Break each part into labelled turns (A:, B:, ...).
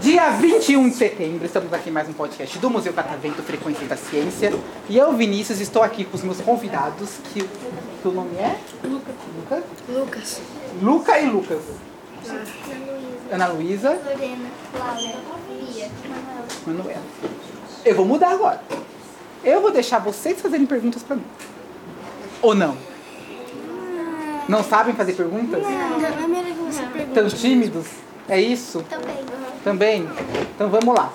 A: Dia 21 de setembro, estamos aqui em mais um podcast do Museu Catavento Frequência da Ciência. E eu, Vinícius, estou aqui com os meus convidados, que, que o nome é? Luca. Luca?
B: Lucas.
A: Luca e Lucas. Ana Luísa,
C: Lorena, Laura, Bia, Manuel.
A: Manuela. Eu vou mudar agora. Eu vou deixar vocês fazerem perguntas pra mim. Ou não? Não sabem fazer perguntas?
B: Não, é melhor que você pergunte.
A: Tão tímidos? É isso?
C: Também.
A: Também? Então vamos lá.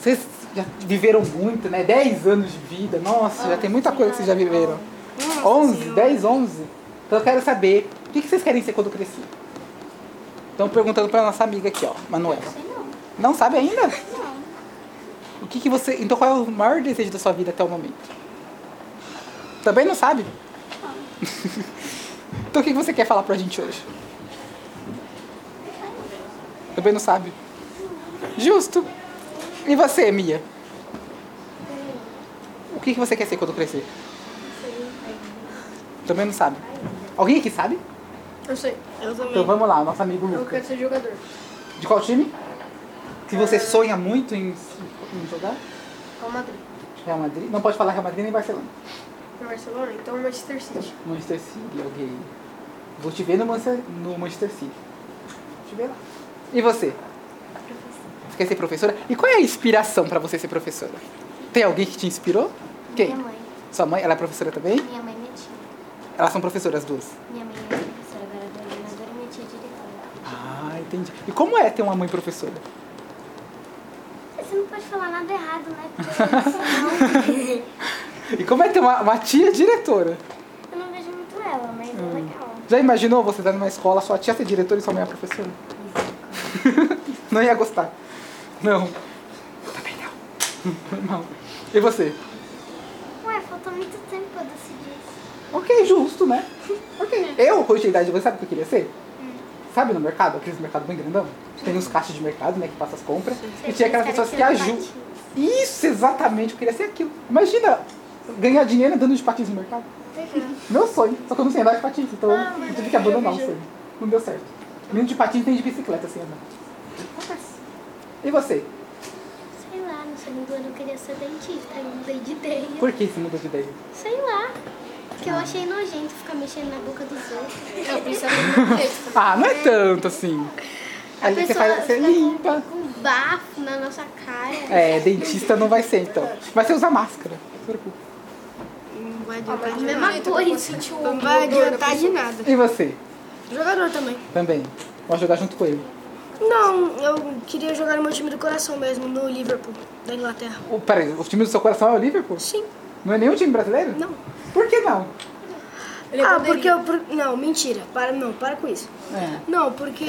A: Vocês já viveram muito, né? 10 anos de vida. Nossa, já tem muita coisa que vocês já viveram. 11, 10, 11. Então eu quero saber o que que vocês querem ser quando crescer. Estão perguntando pra nossa amiga aqui, ó, Manuela. Não sabe ainda? O que, que você. Então qual é o maior desejo da sua vida até o momento? Também não sabe? então o que, que você quer falar pra gente hoje? Também não sabe? Justo. E você, Mia? O que, que você quer ser quando crescer? Também não sabe. Alguém aqui sabe?
B: Eu sei. Eu também.
A: Então vamos lá, nosso amigo
B: Eu quero
A: Lucas.
B: ser jogador.
A: De qual time? Que você sonha muito em, em jogar?
B: Real Madrid.
A: Real Madrid? Não pode falar Real Madrid nem Barcelona.
B: No Barcelona, então Manchester City.
A: Manchester City, alguém. Vou te ver no Manchester, no Manchester City. Vou te ver lá. E você? Você quer ser professora? E qual é a inspiração pra você ser professora? Tem alguém que te inspirou? Quem?
C: Minha mãe.
A: Sua mãe? Ela é professora também?
C: Minha mãe e minha tia.
A: Elas são professoras duas.
C: Minha mãe é professora, agora é coordenadora e minha tia é diretora.
A: Ah, entendi. E como é ter uma mãe professora?
C: Você não pode falar nada errado, né? Porque eu não,
A: E como é ter uma, uma tia diretora?
C: eu não vejo muito ela, mas
A: Hum.
C: é legal.
A: Já imaginou você estar numa escola, sua tia ser diretora e sua mãe é professora? não ia gostar. Não. Também não. não. E você?
C: Ué, faltou muito tempo pra eu decidir isso.
A: Ok, justo, né? Ok. Eu, hoje a idade, você sabe o que eu queria ser? Sabe no mercado, aqueles mercados bem grandão? Tem uns caixas de mercado, né, que passa as compras. E tinha aquelas pessoas que ajudam. Isso, exatamente, eu queria ser aquilo. Imagina ganhar dinheiro andando de patins no mercado. Meu sonho, só que eu não sei andar de patins, então eu tive que abandonar o sonho. Não deu certo. Menino de patins tem de bicicleta sem andar. Acontece. E você?
C: Sei lá, no segundo ano eu queria ser dentista, aí eu mudei de ideia.
A: Por que você mudou de ideia?
C: Sei lá. Porque
A: Ah.
C: eu achei nojento ficar mexendo na boca dos outros.
B: Eu pensava no texto.
A: Ah, não é tanto assim. Aí você faz, você
C: fica
A: limpa.
C: Com, com bafo na nossa cara.
A: É, dentista não vai ser então. Mas você usa máscara. não se preocupe.
B: Não vai adiantar de
C: mesma
B: nada.
C: coisa.
B: Não vai adiantar de nada.
A: E você?
B: Jogador também.
A: Também. Pode jogar junto com ele.
B: Não, eu queria jogar no meu time do coração mesmo, no Liverpool, da Inglaterra.
A: O, peraí, o time do seu coração é o Liverpool?
B: Sim.
A: Não é nenhum time brasileiro?
B: Não.
A: Por que não?
B: ah, porque eu. por- Não, mentira. Para, não, para com isso.
A: É.
B: Não, porque.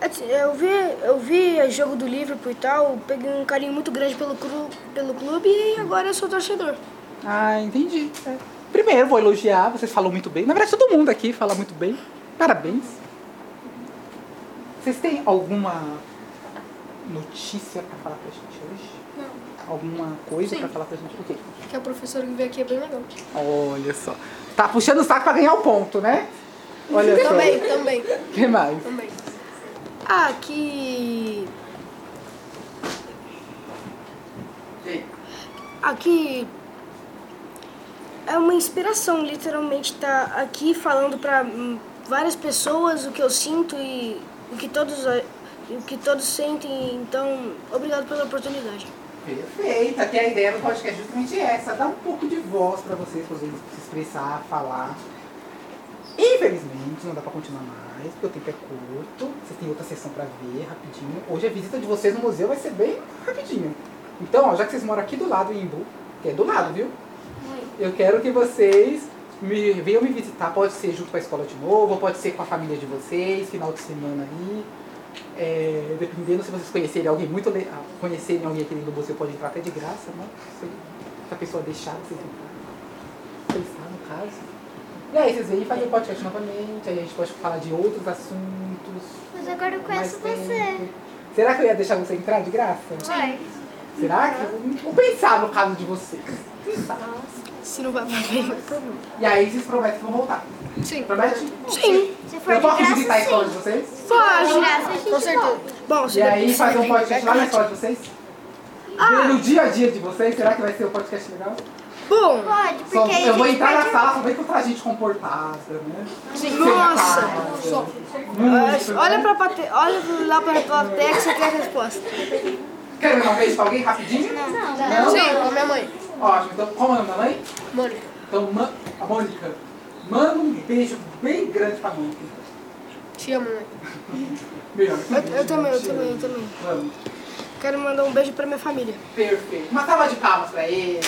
B: assim, Eu vi, eu vi o jogo do Liverpool e tal, peguei um carinho muito grande pelo, cru, pelo clube e agora eu sou torcedor.
A: Ah, entendi. É. Primeiro, vou elogiar, vocês falam muito bem. Na verdade, todo mundo aqui fala muito bem. Parabéns. Vocês têm alguma notícia pra falar pra gente hoje? Não. Alguma coisa pra falar pra gente? O quê?
B: Que a professora que veio aqui é bem legal.
A: Olha só. Tá puxando o saco pra ganhar o ponto, né? Olha só.
B: também,
A: O que mais?
B: também. Ah, que. Aqui é uma inspiração, literalmente tá aqui falando pra hum, várias pessoas o que eu sinto e o que todos a- o que todos sentem, então obrigado pela oportunidade.
A: Perfeito, aqui a ideia do podcast é justamente essa, dar um pouco de voz para vocês poderem se expressar, falar. Infelizmente, não dá para continuar mais, porque o tempo é curto, vocês têm outra sessão para ver rapidinho. Hoje a visita de vocês no museu vai ser bem rapidinho. Então, ó, já que vocês moram aqui do lado em Imbu, que é do lado, viu? Eu quero que vocês me, venham me visitar, pode ser junto com a escola de novo, ou pode ser com a família de vocês, final de semana aí. É, dependendo se vocês conhecerem alguém muito le- ah, conhecerem alguém aqui dentro do museu pode entrar até de graça, né? Se se a pessoa deixar, vocês entrarem. Pensar no caso. E aí vocês vêm fazer o podcast novamente, aí a gente pode falar de outros assuntos.
C: Mas agora eu
A: mais
C: conheço
A: tempo.
C: você.
A: Será que eu ia deixar você entrar de graça?
C: Vai.
A: Será que? Vou pensar no caso de vocês. Pensar.
B: Se não vai pra bem, vai pra bem.
A: E aí vocês prometem que vão voltar.
B: Sim.
A: Promete?
B: Sim. assim.
C: Se for
A: Eu
C: de
A: posso
C: graça,
A: visitar a escola de
C: sim.
A: vocês?
C: de
B: Pode.
C: graça, a gente
B: Com certeza.
C: volta.
B: Bom, se
A: E aí fazer um
B: depois-
A: podcast lá na escola de vocês?
B: Ah.
A: Ver o dia a dia de vocês, será que vai ser um podcast legal?
B: Bom,
C: Pode, porque
A: Só-
C: aí
A: eu vou
C: a gente
A: entrar na
C: pode-
B: um
A: sala, só vai encontrar gente comportada, né?
B: nossa.
A: Música,
B: Olha
A: né?
B: pra plateia, olha lá pra plateia que você quer a resposta.
A: Quer mandar um beijo pra alguém rapidinho?
C: Não,
A: Não?
B: Sim, minha mãe.
A: Ótimo, então como é o nome da mãe?
B: Mônica.
A: Então, ma- a Mônica, manda um beijo bem grande pra Mônica.
B: Te amo, mãe.
A: Melhor.
B: Eu, eu também, eu também, eu também.
A: Vamos.
B: Quero mandar um beijo pra minha família.
A: Perfeito. Uma salva de palmas pra ele.